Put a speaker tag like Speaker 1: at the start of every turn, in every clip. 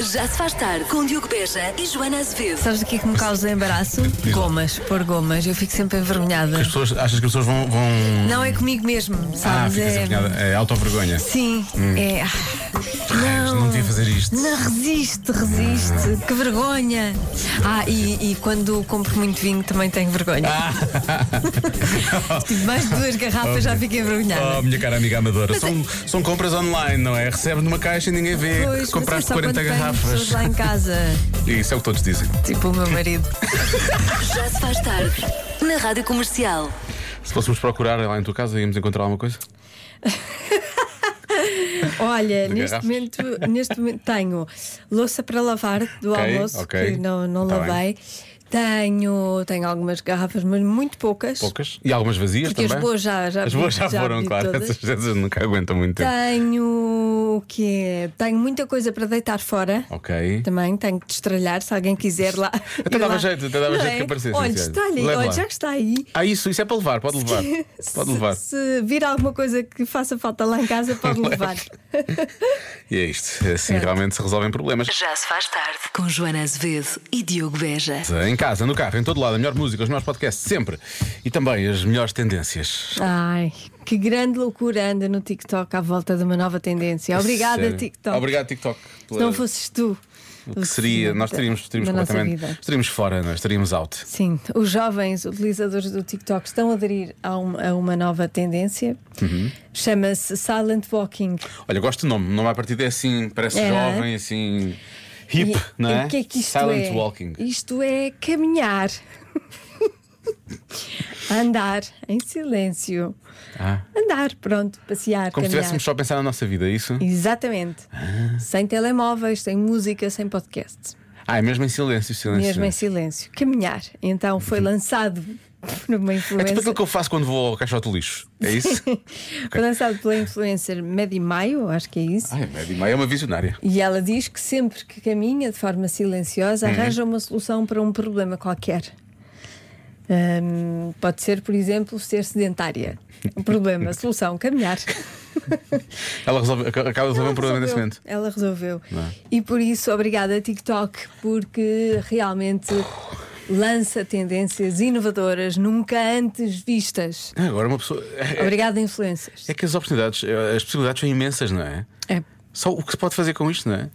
Speaker 1: Já se faz tarde com Diogo Beja e Joana Azevedo.
Speaker 2: Sabes o que é que me causa embaraço? Gomas, pôr gomas. Eu fico sempre envergonhada.
Speaker 3: As pessoas, achas que as pessoas vão. vão...
Speaker 2: Não é comigo mesmo,
Speaker 3: ah, Hum.
Speaker 2: sabes?
Speaker 3: fica
Speaker 2: é...
Speaker 3: é... é auto-vergonha.
Speaker 2: Sim, é. ah,
Speaker 3: Raios, Não devia fazer isto.
Speaker 2: Não resiste, resiste. Que vergonha. Ah, e, e quando compro muito vinho também tenho vergonha.
Speaker 3: Ah.
Speaker 2: Tive mais de duas garrafas, já fico envergonhada.
Speaker 3: Oh, minha cara amiga amadora,
Speaker 2: Mas é
Speaker 3: são, são compras online, não é? Recebe numa caixa e ninguém vê.
Speaker 2: Pois, mas é
Speaker 3: Compraste
Speaker 2: só quando
Speaker 3: 40
Speaker 2: tenho pessoas
Speaker 3: garrafas.
Speaker 2: lá em casa,
Speaker 3: Isso é o que todos dizem.
Speaker 2: tipo o meu marido.
Speaker 1: Já se faz tarde na Rádio Comercial.
Speaker 3: Se fôssemos procurar lá em tua casa, íamos encontrar alguma coisa?
Speaker 2: Olha,
Speaker 3: De
Speaker 2: neste
Speaker 3: garrafas.
Speaker 2: momento, neste momento tenho louça para lavar do
Speaker 3: Ok,
Speaker 2: almoço,
Speaker 3: ok.
Speaker 2: que não, não
Speaker 3: Tá
Speaker 2: lavei. Tenho, tenho algumas garrafas, mas muito poucas.
Speaker 3: Poucas. E algumas vazias
Speaker 2: Porque as
Speaker 3: também?
Speaker 2: boas já- já
Speaker 3: As boas
Speaker 2: vi-
Speaker 3: já,
Speaker 2: já
Speaker 3: foram,
Speaker 2: vi
Speaker 3: claro.
Speaker 2: todas.
Speaker 3: Essas coisas nunca aguentam muito tempo.
Speaker 2: Tenho o quê? Tenho muita coisa para deitar fora.
Speaker 3: Ok.
Speaker 2: Também tenho que destralhar, se alguém quiser lá.
Speaker 3: Até
Speaker 2: ir
Speaker 3: dava
Speaker 2: lá.
Speaker 3: jeito, até dava
Speaker 2: Não
Speaker 3: jeito
Speaker 2: é?
Speaker 3: que aparecesse,
Speaker 2: Olha,
Speaker 3: esse ano.
Speaker 2: destralhe,
Speaker 3: Leve
Speaker 2: olha,
Speaker 3: lá.
Speaker 2: já que está aí.
Speaker 3: Ah, isso, isso é para levar, pode levar. Pode levar.
Speaker 2: Se, se vir alguma coisa que faça falta lá em casa, pode levar.
Speaker 3: E é isto. Assim
Speaker 2: Certo.
Speaker 3: realmente se resolvem problemas.
Speaker 1: Já se faz tarde com Joana Azevedo e Diogo Beja.
Speaker 3: Em casa, no carro, em todo lado, a melhor música, os melhores podcasts, sempre. E também as melhores tendências.
Speaker 2: Ai, que grande loucura anda no TikTok à volta de uma nova tendência. Obrigada,
Speaker 3: Sério.
Speaker 2: TikTok.
Speaker 3: Obrigado, TikTok.
Speaker 2: Se
Speaker 3: pela-
Speaker 2: não fosses tu.
Speaker 3: o que seria, nós teríamos, estaríamos
Speaker 2: da nossa
Speaker 3: completamente.
Speaker 2: vida.
Speaker 3: Estaríamos fora, nós estaríamos out.
Speaker 2: Sim, os jovens utilizadores do TikTok estão a aderir a, um- a uma nova tendência.
Speaker 3: Uhum.
Speaker 2: Chama-se Silent Walking.
Speaker 3: Olha, gosto do nome, o nome à partida é assim, parece
Speaker 2: É, não é?
Speaker 3: jovem, assim. Hip,
Speaker 2: E-
Speaker 3: não
Speaker 2: e
Speaker 3: é?
Speaker 2: O que é que isto
Speaker 3: Silent
Speaker 2: é?
Speaker 3: walking.
Speaker 2: Isto é caminhar. Andar em silêncio.
Speaker 3: Ah,
Speaker 2: Andar, pronto, passear,
Speaker 3: como
Speaker 2: caminhar.
Speaker 3: se estivéssemos só a pensar na nossa vida, é isso?
Speaker 2: Exatamente. Sem telemóveis, sem música, sem podcast.
Speaker 3: Ah, é mesmo em silêncio, silêncio. É tipo
Speaker 2: Mesmo em silêncio. Caminhar. Então foi lançado por uma
Speaker 3: É tipo
Speaker 2: influencer.
Speaker 3: aquilo que eu faço quando vou ao caixote do lixo. É isso?
Speaker 2: Foi lançado pela influencer Medi Maio, acho que é isso.
Speaker 3: Ai, é de meia, é uma visionária.
Speaker 2: E ela diz que sempre que caminha de forma
Speaker 3: Uhum.
Speaker 2: silenciosa arranja uma solução para um problema qualquer. Hum, pode ser, por exemplo, ser sedentária. Um problema, solução, caminhar.
Speaker 3: Ela resolve, ac- acaba de resolver um problema nesse
Speaker 2: resolveu.
Speaker 3: momento.
Speaker 2: Ela resolveu.
Speaker 3: Não é?
Speaker 2: E por isso, obrigada TikTok, porque realmente lança tendências inovadoras nunca antes vistas.
Speaker 3: Ah, Agora uma pessoa. é-
Speaker 2: Obrigada, influencers.
Speaker 3: É que as oportunidades, eh, as possibilidades são imensas, não é?
Speaker 2: É,
Speaker 3: Só o que se pode fazer com isto, não é?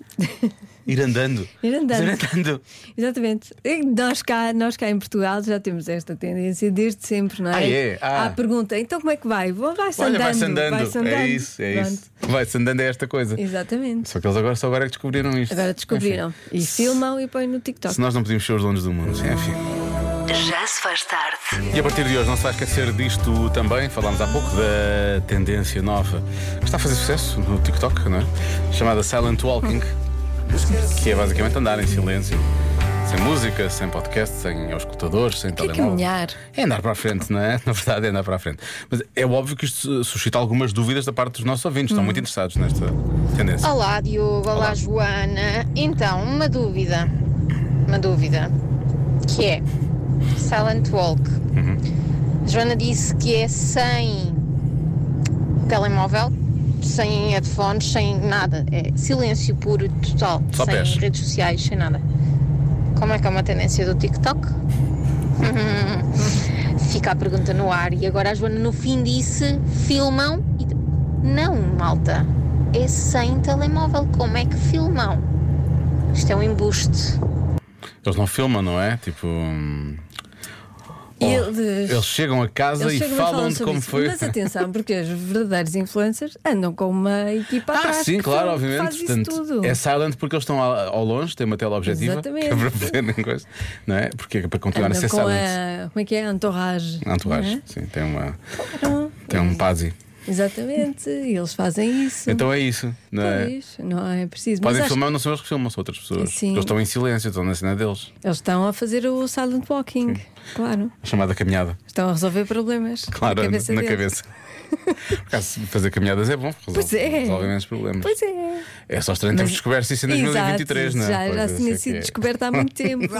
Speaker 3: Ir andando.
Speaker 2: Ir andando.
Speaker 3: Ir andando.
Speaker 2: exatamente. E Nós cá, nós cá em Portugal já temos esta tendência desde sempre, não é?
Speaker 3: Ah, é? Ah.
Speaker 2: Há a pergunta, então como é que vai? Bom, Vai-se
Speaker 3: Olha,
Speaker 2: andando.
Speaker 3: vai-se andando.
Speaker 2: vai-se
Speaker 3: É
Speaker 2: andando.
Speaker 3: isso, é
Speaker 2: Pronto.
Speaker 3: isso. Vai-se andando é esta coisa.
Speaker 2: Exatamente.
Speaker 3: Só que eles agora, só agora é que descobriram isto.
Speaker 2: Agora descobriram.
Speaker 3: Enfim,
Speaker 2: E filmam e põem no TikTok.
Speaker 3: se nós não podíamos ser os donos do mundo, enfim.
Speaker 1: Já se faz tarde.
Speaker 3: E a partir de hoje, não se vai esquecer disto também. Falámos há pouco da tendência nova que está a fazer sucesso no TikTok, não é? Chamada Silent Walking, que é basicamente andar em silêncio. Sem música, sem podcast, sem auscultadores, sem
Speaker 2: que é
Speaker 3: telemóvel.
Speaker 2: caminhar?
Speaker 3: É andar para a frente, não é? Na verdade, é andar para a frente. Mas é óbvio que isto suscita algumas dúvidas da parte dos nossos ouvintes.
Speaker 2: Hum.
Speaker 3: Estão muito interessados nesta tendência.
Speaker 4: Olá Diogo, olá,
Speaker 3: Olá.
Speaker 4: Joana. Então, uma dúvida. Uma dúvida. Que é Silent Walk.
Speaker 3: Uhum.
Speaker 4: Joana disse que é sem telemóvel, sem headphones, sem nada. É silêncio puro e total.
Speaker 3: Só
Speaker 4: sem
Speaker 3: pés.
Speaker 4: redes sociais, sem nada. Como é que é uma tendência do TikTok? Fica a pergunta no ar. E agora a Joana no fim disse: filmam e. Não, malta. É sem telemóvel. Como é que filmam? Isto é um embuste.
Speaker 3: Eles não filmam, não é? Tipo. hum,
Speaker 2: E
Speaker 3: oh,
Speaker 2: eles-
Speaker 3: eles chegam a casa
Speaker 2: Eles
Speaker 3: e
Speaker 2: chegam e
Speaker 3: falam de
Speaker 2: sobre
Speaker 3: como
Speaker 2: isso.
Speaker 3: foi.
Speaker 2: Mas atenção, porque os verdadeiros influencers andam com uma equipa
Speaker 3: Ah,
Speaker 2: atrás.
Speaker 3: sim,
Speaker 2: que
Speaker 3: claro,
Speaker 2: fa-
Speaker 3: obviamente.
Speaker 2: Faz isso
Speaker 3: Portanto,
Speaker 2: tudo.
Speaker 3: É silent porque eles estão ao, ao longe, têm uma tela objetiva.
Speaker 2: Exatamente.
Speaker 3: Que é para verem coisa, não é? Porque é para continuar a
Speaker 2: Andam
Speaker 3: ser
Speaker 2: com
Speaker 3: silent.
Speaker 2: a. Como é que é? Entourage.
Speaker 3: Entourage,
Speaker 2: não é?
Speaker 3: sim, tem uma.
Speaker 2: Então,
Speaker 3: Tem um pazi.
Speaker 2: Exatamente, e eles fazem isso.
Speaker 3: Então é isso, não é?
Speaker 2: Pois, não é preciso. Mas
Speaker 3: Podem
Speaker 2: acho
Speaker 3: filmar, não são eles que filmam, são outras pessoas.
Speaker 2: Sim.
Speaker 3: Eles estão em silêncio, estão na cena deles.
Speaker 2: que eles estão a fazer o silent walking, claro.
Speaker 3: A chamada caminhada.
Speaker 2: Estão a resolver problemas.
Speaker 3: Claro,
Speaker 2: na
Speaker 3: na
Speaker 2: cabeça. deles.
Speaker 3: cabeça. Por acaso, fazer caminhadas é bom, resolve,
Speaker 2: Pois é.
Speaker 3: resolve imensos problemas.
Speaker 2: Pois é.
Speaker 3: É só estranho termos
Speaker 2: Mas-
Speaker 3: descoberto isso em
Speaker 2: Exato,
Speaker 3: 2023, não é?
Speaker 2: Já,
Speaker 3: Pois,
Speaker 2: já
Speaker 3: eu
Speaker 2: tinha
Speaker 3: sei
Speaker 2: sido
Speaker 3: que é.
Speaker 2: descoberto há muito tempo.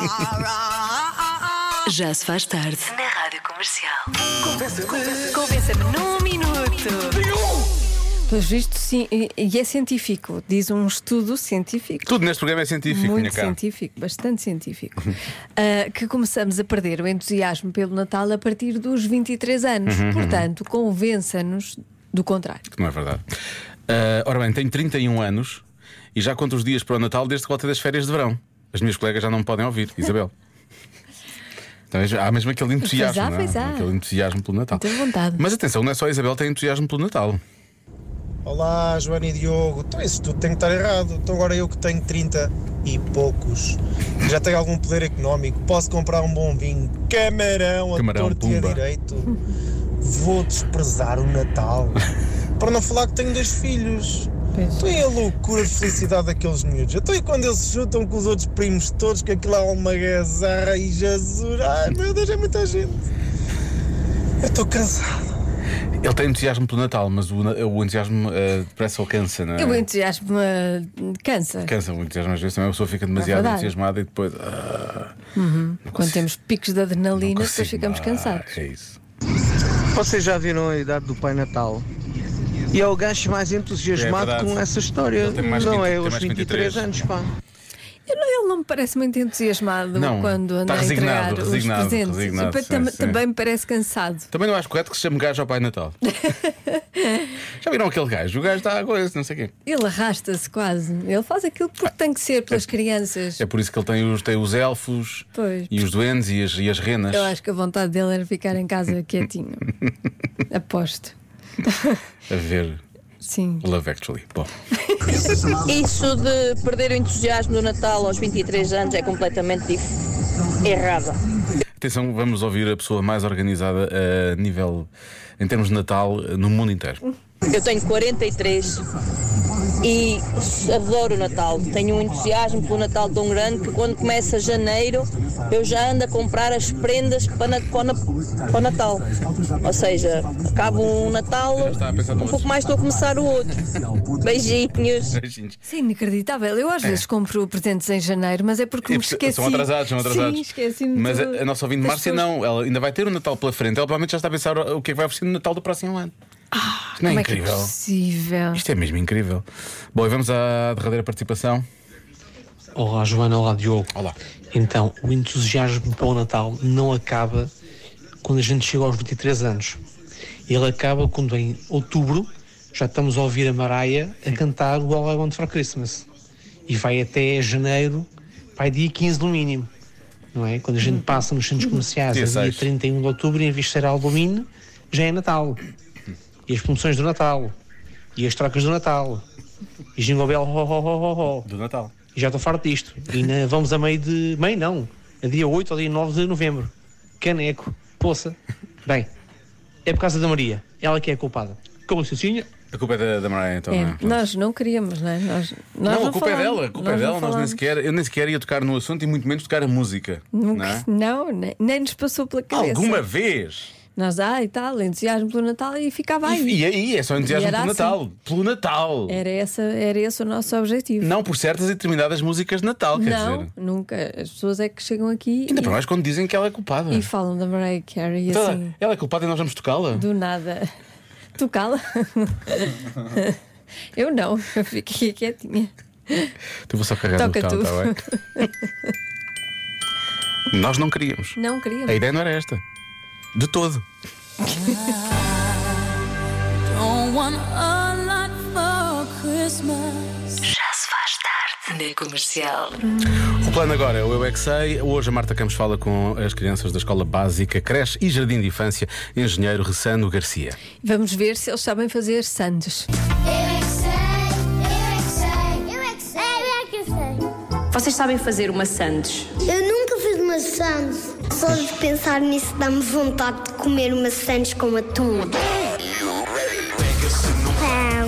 Speaker 1: Já se faz tarde na Rádio Comercial. Convença-me num minuto.
Speaker 2: Pelos vistos, sim, e e é científico. Diz um estudo científico.
Speaker 3: Tudo neste programa é científico, minha
Speaker 2: muito
Speaker 3: cara. Uhum.
Speaker 2: científico, bastante científico. Ah, que começamos a perder o entusiasmo pelo Natal a partir dos 23 anos.
Speaker 3: Uhum,
Speaker 2: Portanto, convença-nos do contrário.
Speaker 3: Não é verdade. Ah, ora bem, tenho 31 anos e já conto os dias para o Natal desde que voltei das férias de verão. As minhas colegas já não me podem ouvir, Isabel. Então, já há mesmo aquele entusiasmo.
Speaker 2: há,
Speaker 3: não é?
Speaker 2: pois há.
Speaker 3: Aquele entusiasmo pelo Natal.
Speaker 2: Tenho vontade.
Speaker 3: Mas atenção, não é só a Isabel que tem entusiasmo pelo Natal.
Speaker 5: Olá, Joana e Diogo. Então isso tudo tem que estar errado. Então agora eu que tenho 30 e poucos, já tenho algum poder económico, posso comprar um bom vinho, camarão,
Speaker 3: Camarão,
Speaker 5: a torto e a
Speaker 3: pumba.
Speaker 5: direito. Vou desprezar o Natal. Para não falar que tenho dois filhos.
Speaker 2: Pois.
Speaker 5: Então é a loucura de felicidade daqueles miúdos. Então e quando eles se juntam com os outros primos todos, que aquilo há uma gazarra e Jesus. Ai meu Deus, é muita gente. Eu estou cansado.
Speaker 3: Ele tem entusiasmo pelo Natal, mas o, na- o entusiasmo ah, depressa alcança, não é?
Speaker 2: Eu o entusiasmo ah, cansa
Speaker 3: Cansa muito entusiasmo, às vezes também a pessoa fica demasiado
Speaker 2: É verdade. Uhum.
Speaker 3: entusiasmada e depois. ah,
Speaker 2: quando temos picos de
Speaker 3: não
Speaker 2: adrenalina, depois
Speaker 3: consigo
Speaker 2: ficamos
Speaker 3: mais.
Speaker 2: cansados.
Speaker 3: É isso.
Speaker 6: Vocês já viram a idade do Pai Natal? E é o gancho mais entusiasmado
Speaker 3: É verdade.
Speaker 6: com essa história.
Speaker 3: Ele tem mais
Speaker 6: Não
Speaker 3: 20,
Speaker 6: é
Speaker 3: tem
Speaker 6: aos
Speaker 3: mais
Speaker 6: 23
Speaker 3: 23.
Speaker 6: anos, pá.
Speaker 2: Eu não- Ele não me parece muito entusiasmado
Speaker 3: Não,
Speaker 2: quando anda
Speaker 3: está
Speaker 2: a entregar
Speaker 3: resignado,
Speaker 2: os
Speaker 3: resignado,
Speaker 2: presentes.
Speaker 3: resignado,
Speaker 2: E pa-
Speaker 3: sim,
Speaker 2: tam-
Speaker 3: sim.
Speaker 2: Também me parece cansado.
Speaker 3: Também não acho correto que se chame gajo ao Pai Natal. já viram aquele gajo? O gajo está agora, não sei o quê.
Speaker 2: Ele arrasta-se quase. Ele faz aquilo porque tem que ser pelas crianças.
Speaker 3: É por isso que ele tem os, tem os elfos
Speaker 2: Pois.
Speaker 3: e os duendes e as, e as renas.
Speaker 2: Eu acho que a vontade dele era ficar em casa quietinho. Aposto.
Speaker 3: A ver
Speaker 2: Sim.
Speaker 3: Love Actually. Bom,
Speaker 7: Isso de perder o entusiasmo do Natal aos 23 anos é completamente dif- errado.
Speaker 3: atenção, vamos ouvir a pessoa mais organizada eh, a nível, em termos de Natal, no mundo
Speaker 2: Uhum.
Speaker 3: inteiro.
Speaker 7: Eu tenho 43 e adoro o Natal. Tenho um entusiasmo pelo Natal tão grande que quando começa janeiro eu já ando a comprar as prendas para, na- para o na- para o Natal. Ou seja, acabo um Natal,
Speaker 3: estava a pensar no
Speaker 7: um pouco mais estou a começar o outro. Beijinhos.
Speaker 3: Beijinhos.
Speaker 2: Sim, é inacreditável. Eu às vezes compro presentes em janeiro, mas é porque
Speaker 3: E
Speaker 2: me
Speaker 3: É. porque
Speaker 2: esqueci.
Speaker 3: São atrasados, são atrasados.
Speaker 2: Sim, esqueci
Speaker 3: Mas a, a nossa ouvinte Márcia não, ela ainda vai ter o Natal pela frente. Ela provavelmente já está a pensar o que é que vai oferecer no Natal do próximo ano. Isto não é
Speaker 2: Como é que é
Speaker 3: incrível.
Speaker 2: possível?
Speaker 3: Isto é mesmo incrível. Bom, e vamos à derradeira participação.
Speaker 8: Olá Joana, olá Diogo.
Speaker 3: Olá.
Speaker 8: Então, o entusiasmo para o Natal não acaba quando a gente chega aos 23 anos. Ele acaba quando em outubro já estamos a ouvir a Maraia a cantar o All I Want for Christmas. E vai até janeiro, vai dia 15 no mínimo. Não é? Quando a gente passa nos centros comerciais a dia
Speaker 3: 16.
Speaker 8: 31 de outubro, em vez de ser Halloween, já é Natal. E as promoções do Natal. E as trocas do Natal. E Jingle Bell, ho, ho, ho, ho, ho.
Speaker 3: Do Natal.
Speaker 8: E já estou farto disto. E ainda vamos a meio de. Meio não. A dia 8 ou dia 9 de novembro. Caneco. Poça. Bem, é por causa da Maria. Ela que é a culpada. Com licencinha.
Speaker 3: A culpa é da, da Mariah, então,
Speaker 2: É,
Speaker 3: não é?
Speaker 2: nós não queríamos, não é? Nós, nós
Speaker 3: não, a culpa
Speaker 2: falámos.
Speaker 3: é dela, a culpa é
Speaker 2: Nós não
Speaker 3: dela. Nós nem
Speaker 2: falámos.
Speaker 3: sequer, eu nem sequer ia tocar no assunto e muito menos tocar a música. não é?
Speaker 2: Nunca- Não, nem, nem nos passou pela cabeça.
Speaker 3: Alguma vez!
Speaker 2: Nós, ah, e tal, entusiasmo pelo Natal e ficava
Speaker 3: E,
Speaker 2: aí.
Speaker 3: e aí, é só entusiasmo
Speaker 2: E era
Speaker 3: pelo
Speaker 2: assim.
Speaker 3: Natal. Pelo Natal!
Speaker 2: Era, essa, era esse o nosso objetivo.
Speaker 3: Não por certas e determinadas músicas de Natal, quer
Speaker 2: Não,
Speaker 3: dizer.
Speaker 2: nunca. As pessoas é que chegam aqui
Speaker 3: Ainda para
Speaker 2: e,
Speaker 3: mais quando dizem que ela é culpada.
Speaker 2: e falam da Mariah Carey e
Speaker 3: Então, ela-
Speaker 2: assim,
Speaker 3: Ela é culpada e nós vamos tocá-la?
Speaker 2: do nada. Tu cala? eu não, eu fiquei quietinha.
Speaker 3: Tu vou só carregar
Speaker 2: Toca
Speaker 3: no
Speaker 2: tu.
Speaker 3: botão, É tá bem? nós não queríamos.
Speaker 2: Não queria.
Speaker 3: A ideia não era esta. De todo.
Speaker 1: Já se faz tarde na comercial.
Speaker 3: O plano agora é o Eu é Que Sei. Hoje a Marta Campos fala com as crianças da Escola Básica, Creche e Jardim de Infância, Engenheiro Ressano Garcia.
Speaker 2: Vamos ver se eles sabem fazer sandes.
Speaker 9: Vocês sabem fazer uma sandes?
Speaker 10: Eu nunca fiz maçãs. Só de pensar nisso dá-me vontade de comer maçãs com atum. Pão,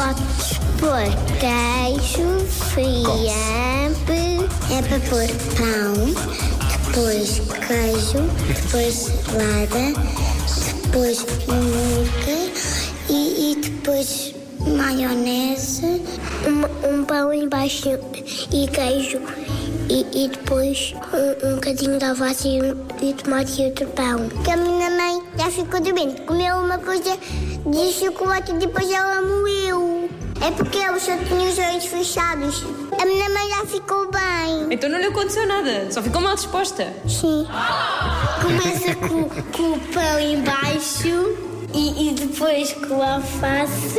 Speaker 10: podes pôr queijo, fiambre. É para pôr pão, depois queijo, depois salada, depois nunca e, e depois maionese. Um, um pão embaixo e queijo. E, e depois um, um bocadinho de alface e, um- e tomate e outro pão. Que a minha mãe já ficou doente. Comeu uma coisa de chocolate e depois ela moeu. É porque eu só tinha os olhos fechados. A minha mãe já ficou bem.
Speaker 9: Então não lhe aconteceu nada, só ficou mal disposta.
Speaker 10: Sim. Começa com, com o pão embaixo e, e depois com a alface,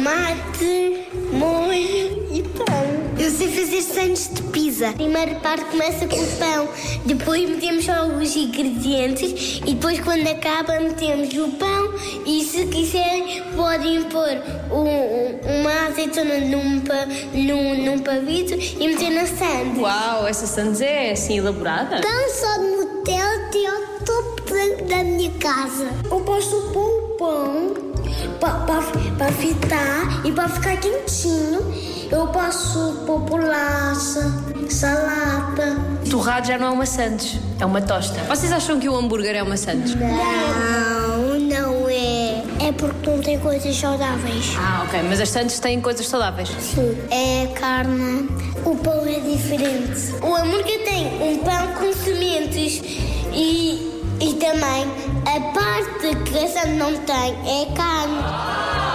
Speaker 10: tomate, molho e pão. Eu sei fazer sandes de pizza. Primeiro parte começa com o pão, depois metemos só os ingredientes e depois quando acaba metemos o pão e se quiserem podem pôr um- um- uma azeitona num, pa, num, num palito e meter na sandes.
Speaker 9: Uau, essa sandes é assim elaborada?
Speaker 10: Pão só de Nutella tem ao topo da, da minha casa. Eu posso pôr o pão para fritar e para ficar quentinho. Eu posso pôr bolacha, salada.
Speaker 9: Torrado já não é uma sandes, é uma tosta. Vocês acham que o hambúrguer é uma sandes?
Speaker 10: Não, não é. É porque não tem coisas saudáveis.
Speaker 9: Ah, ok, mas as sandes têm coisas saudáveis.
Speaker 10: Sim, é carne. O pão é diferente. O hambúrguer tem um pão com sementes e, e também a parte que a Santa não tem é carne.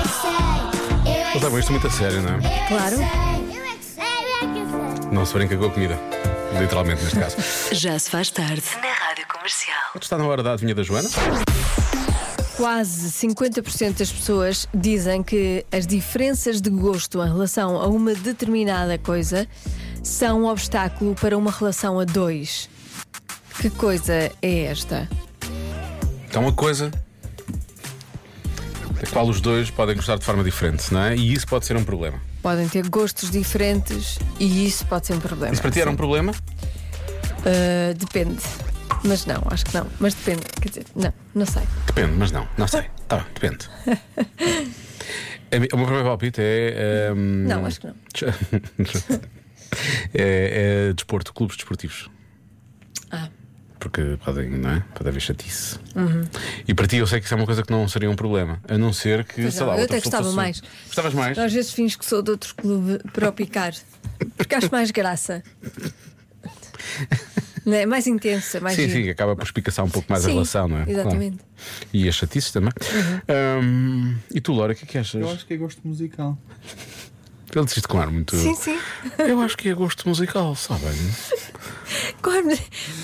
Speaker 10: Eu é que sei, eu é
Speaker 3: Eles
Speaker 10: que
Speaker 3: levam isto muito a sério, não é?
Speaker 2: Claro.
Speaker 10: sei, eu é que sei, eu é que sei.
Speaker 3: Não se brinca com a comida. Literalmente, neste caso.
Speaker 1: Já se faz tarde na Rádio Comercial.
Speaker 3: Está na hora da adivinha da Joana?
Speaker 2: Quase 50% das pessoas dizem que as diferenças de gosto em relação a uma determinada coisa são um obstáculo para uma relação a dois. Que coisa é esta?
Speaker 3: Então, uma coisa da qual os dois podem gostar de forma diferente, não é? E isso pode ser um problema.
Speaker 2: Podem ter gostos diferentes e isso pode ser um problema.
Speaker 3: Isso para ti era um problema?
Speaker 2: Ah, depende. Mas não, acho que não. Mas depende. Quer dizer, não, não sei.
Speaker 3: Depende, mas não. Não sei. Tá bem, depende. A mi- O meu primeiro palpite é. hum,
Speaker 2: Não, acho que não.
Speaker 3: é, é desporto, clubes desportivos.
Speaker 2: Ah. Uhum.
Speaker 3: Porque podem, não é? Pode haver chatice. E para ti eu sei que isso é uma coisa que não seria um problema. A não ser que,
Speaker 2: Pois
Speaker 3: sei
Speaker 2: não,
Speaker 3: lá,
Speaker 2: eu
Speaker 3: outra
Speaker 2: até
Speaker 3: pessoa
Speaker 2: gostava mais.
Speaker 3: fosse- Gostavas mais?
Speaker 2: Eu Às vezes finjo que sou de outro clube para o picar. Porque acho mais graça. Não é? Mais intensa, mais.
Speaker 3: Sim,
Speaker 2: gira.
Speaker 3: sim, acaba por espicaçar um pouco mais a
Speaker 2: Sim,
Speaker 3: relação, não é?
Speaker 2: exatamente. Uhum.
Speaker 3: Claro. E as chatices também. Hum, e tu, Laura, o que é que achas?
Speaker 11: Eu acho que é gosto musical.
Speaker 3: Ele disse isto com ar muito.
Speaker 2: Sim, sim.
Speaker 3: Eu acho que é gosto musical, sabem?
Speaker 2: Como-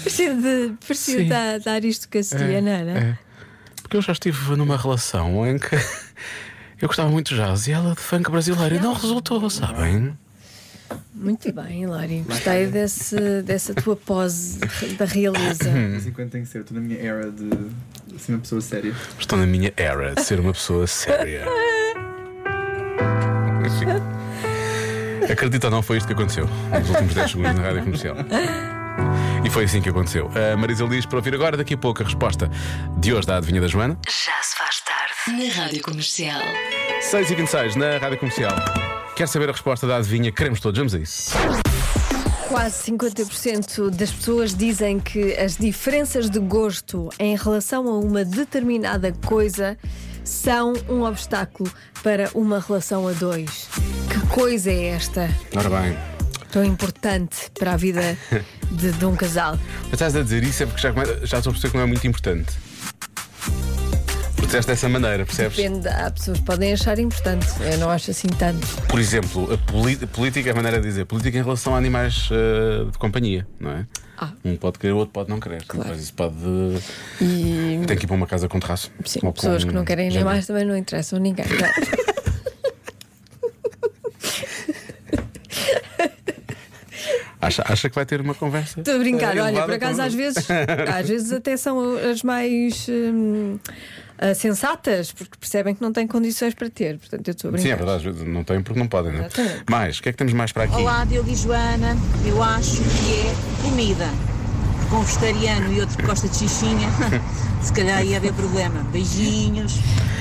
Speaker 2: Parecia, de, parecia
Speaker 3: Sim.
Speaker 2: da, da aristocracia, não era?
Speaker 3: É. Porque eu já estive numa relação em que eu gostava muito de jazz e ela de funk brasileiro e não resultou, sabem?
Speaker 2: Muito bem, Lori. Gostei desse, dessa tua pose da realeza.
Speaker 11: Mas enquanto tem que ser, eu estou na minha era de de ser uma pessoa séria.
Speaker 3: Estou na minha era de ser uma pessoa séria. Acredita ou não, foi isto que aconteceu nos últimos 10 segundos na rádio comercial. E foi assim que aconteceu. A Marisa Liz para ouvir agora, daqui a pouco, a resposta de hoje da Adivinha da Joana.
Speaker 1: Já se faz tarde na Rádio Comercial.
Speaker 3: 6h26 na rádio comercial. Quer saber a resposta da Adivinha? Queremos todos, vamos a isso.
Speaker 2: Quase 50% das pessoas dizem que as diferenças de gosto em relação a uma determinada coisa são um obstáculo para uma relação a dois. Que coisa é esta
Speaker 3: Ora bem.
Speaker 2: tão importante para a vida de, de um casal?
Speaker 3: Mas estás a dizer isso é porque já, come- já estou a perceber que não é muito importante. Porque disseste dessa maneira, percebes?
Speaker 2: Depende, há pessoas que podem achar importante, eu não acho assim tanto.
Speaker 3: Por exemplo, a poli- a política, a maneira de dizer, política em relação a animais eh, de companhia, não é?
Speaker 2: Ah.
Speaker 3: Um pode querer, o outro pode não querer.
Speaker 2: Claro.
Speaker 3: Mas isso pode.
Speaker 2: E
Speaker 3: Tem que ir para uma casa com terraço.
Speaker 2: sim,
Speaker 3: Ou com
Speaker 2: pessoas que não querem
Speaker 3: género.
Speaker 2: animais também não interessam a ninguém. não é?
Speaker 3: Acha, acha que vai ter uma conversa?
Speaker 2: Estou a brincar,
Speaker 3: Eh,
Speaker 2: olha,
Speaker 3: elevada
Speaker 2: por acaso
Speaker 3: com-
Speaker 2: às vezes, às vezes até são as mais hum, ah, sensatas, porque percebem que não têm condições para ter. Portanto, eu estou a
Speaker 3: Sim, é
Speaker 2: brincar.
Speaker 3: verdade, às vezes não têm porque não podem, não é?
Speaker 2: Exatamente.
Speaker 3: Mas, o que é que temos mais para aqui?
Speaker 7: Olá, Diogo e Joana. Eu acho que é comida. Com um vegetariano e outro que gosta de xixinha, se calhar ia haver problema. Beijinhos.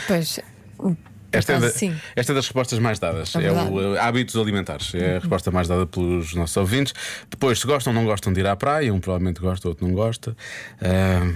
Speaker 2: Pois,
Speaker 3: Esta é,
Speaker 2: Por
Speaker 3: da-
Speaker 2: acaso, Ah, sim.
Speaker 3: esta é das respostas mais dadas.
Speaker 2: É
Speaker 3: É,
Speaker 2: verdade.
Speaker 3: o eh, hábitos alimentares. É a resposta mais dada pelos nossos ouvintes. Depois, se gostam ou não gostam de ir à praia, um provavelmente gosta, outro não gosta. Ah,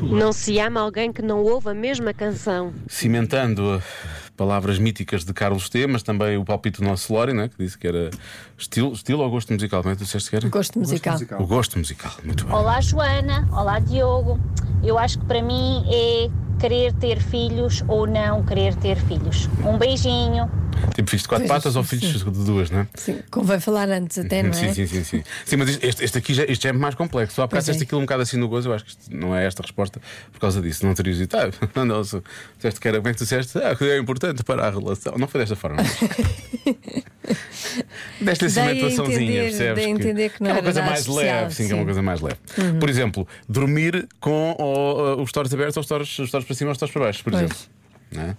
Speaker 12: Não se ama alguém que não ouve a mesma canção.
Speaker 3: cimentando eh, palavras míticas de Carlos T, mas também o palpite do nosso Lori, né, que disse que era estilo, estilo ou gosto musical? Como é que tu disseste que era?
Speaker 2: gosto musical.
Speaker 11: musical.
Speaker 3: O gosto musical, muito bem.
Speaker 13: Olá, Joana. Olá, Diogo. Eu acho que para mim é querer ter filhos ou não querer ter filhos. Um beijinho.
Speaker 3: Tipo, filhos de quatro
Speaker 2: Pois,
Speaker 3: patas ou filhos de duas, não é?
Speaker 2: Sim, convém falar antes até, não é?
Speaker 3: Sim, sim, sim, sim. Sim, mas este, este aqui já, este já é mais complexo. Só há
Speaker 2: Pois
Speaker 3: bocado disseste
Speaker 2: é.
Speaker 3: aquilo um bocado assim no gozo, eu acho que isto não é esta a resposta por causa disso. Não terias dito, ah, não, não, se- disseste que era, como é que tu disseste? Ah, que é importante para a relação. Não foi desta forma. Deste assim uma
Speaker 2: Dei a
Speaker 3: atuaçãozinha,
Speaker 2: entender-
Speaker 3: percebes?
Speaker 2: dei a entender que não
Speaker 3: é uma
Speaker 2: era
Speaker 3: coisa
Speaker 2: nada
Speaker 3: mais
Speaker 2: especial,
Speaker 3: leve, sim, que é
Speaker 2: sim.
Speaker 3: uma coisa mais leve.
Speaker 2: Uhum.
Speaker 3: Por exemplo, dormir com ou, uh, os stores abertos ou os stores, os stores para cima ou os stores para baixo, por
Speaker 2: Pois.
Speaker 3: exemplo. Não é?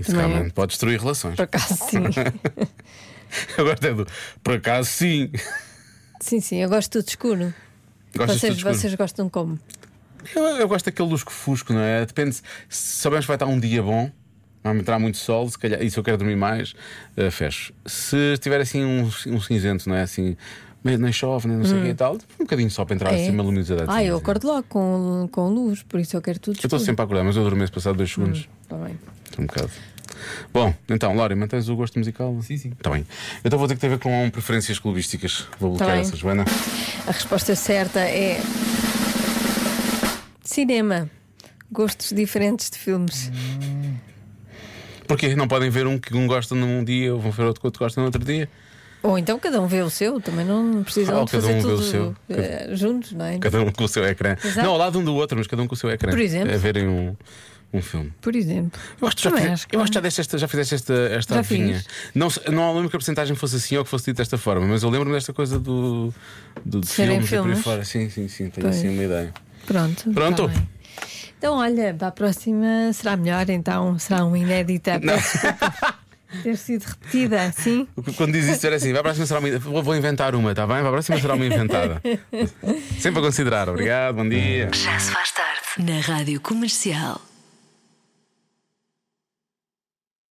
Speaker 3: Isso
Speaker 2: Também é.
Speaker 3: realmente pode destruir relações.
Speaker 2: Por acaso, sim.
Speaker 3: Eu gosto é do por acaso sim.
Speaker 2: Sim, sim, eu gosto de tudo escuro.
Speaker 3: Gostas de
Speaker 2: vocês,
Speaker 3: tudo escuro?
Speaker 2: vocês gostam como?
Speaker 3: Eu, eu gosto daquele lusco-fusco, não é? Depende. Se soubermos que vai estar um dia bom, vai entrar muito sol, se calhar, e se eu quero dormir mais, eh, fecho. Se estiver assim um, um cinzento, não é? Assim, meio nem chove, nem não sei o
Speaker 2: Hum.
Speaker 3: que e tal, um bocadinho só para entrar
Speaker 2: É?
Speaker 3: assim uma luminosidade.
Speaker 2: Ah, eu acordo logo com, com luz, por isso eu quero tudo
Speaker 3: Eu estou
Speaker 2: escuro.
Speaker 3: sempre a acordar, mas eu adormeço passado dois segundos.
Speaker 2: Tá bem.
Speaker 3: Um bocado. Bom, então, Lori, mantens o gosto musical? Sim, sim. Está bem. Então vou ter que ter a ver com preferências clubísticas. Vou
Speaker 2: Tá
Speaker 3: bloquear
Speaker 2: bem.
Speaker 3: essa, Joana.
Speaker 2: A resposta certa é. Cinema. Gostos diferentes de filmes.
Speaker 3: Porquê? Não podem ver um que um gosta num dia ou vão ver outro que outro gosta no outro dia?
Speaker 2: Ou então cada um vê o seu, também não precisam
Speaker 3: Ah,
Speaker 2: de
Speaker 3: cada
Speaker 2: fazer
Speaker 3: um vê o
Speaker 2: tudo
Speaker 3: seu.
Speaker 2: eh, juntos, não é?
Speaker 3: Cada um com o seu ecrã.
Speaker 2: Exato.
Speaker 3: Não, ao lado um do outro, mas cada um com o seu ecrã.
Speaker 2: Por exemplo.
Speaker 3: A verem um, um filme.
Speaker 2: Por exemplo.
Speaker 3: Eu acho que já,
Speaker 2: Também
Speaker 3: fiz-
Speaker 2: acho que-
Speaker 3: eu acho que já, deste esta, já fizeste esta, esta
Speaker 2: Já
Speaker 3: adivinha.
Speaker 2: fiz.
Speaker 3: Não, se- não lembro que a porcentagem fosse assim ou que fosse dito desta forma, mas eu lembro-me desta coisa do, do de
Speaker 2: Serem
Speaker 3: filmes, e por aí
Speaker 2: filmes?
Speaker 3: fora. Sim, sim, sim, tenho
Speaker 2: Pois.
Speaker 3: assim uma ideia.
Speaker 2: Pronto.
Speaker 3: Pronto?
Speaker 2: tá bem. Então, olha, para a próxima será melhor, então será um inédita. Peço desculpa ter sido repetida, sim?
Speaker 3: O que- Quando diz isso, era assim: vai para a próxima será uma. Vou, vou inventar uma, está bem? Vai para a próxima será uma inventada. Sempre a considerar. Obrigado, bom dia.
Speaker 1: Já se faz tarde na Rádio Comercial.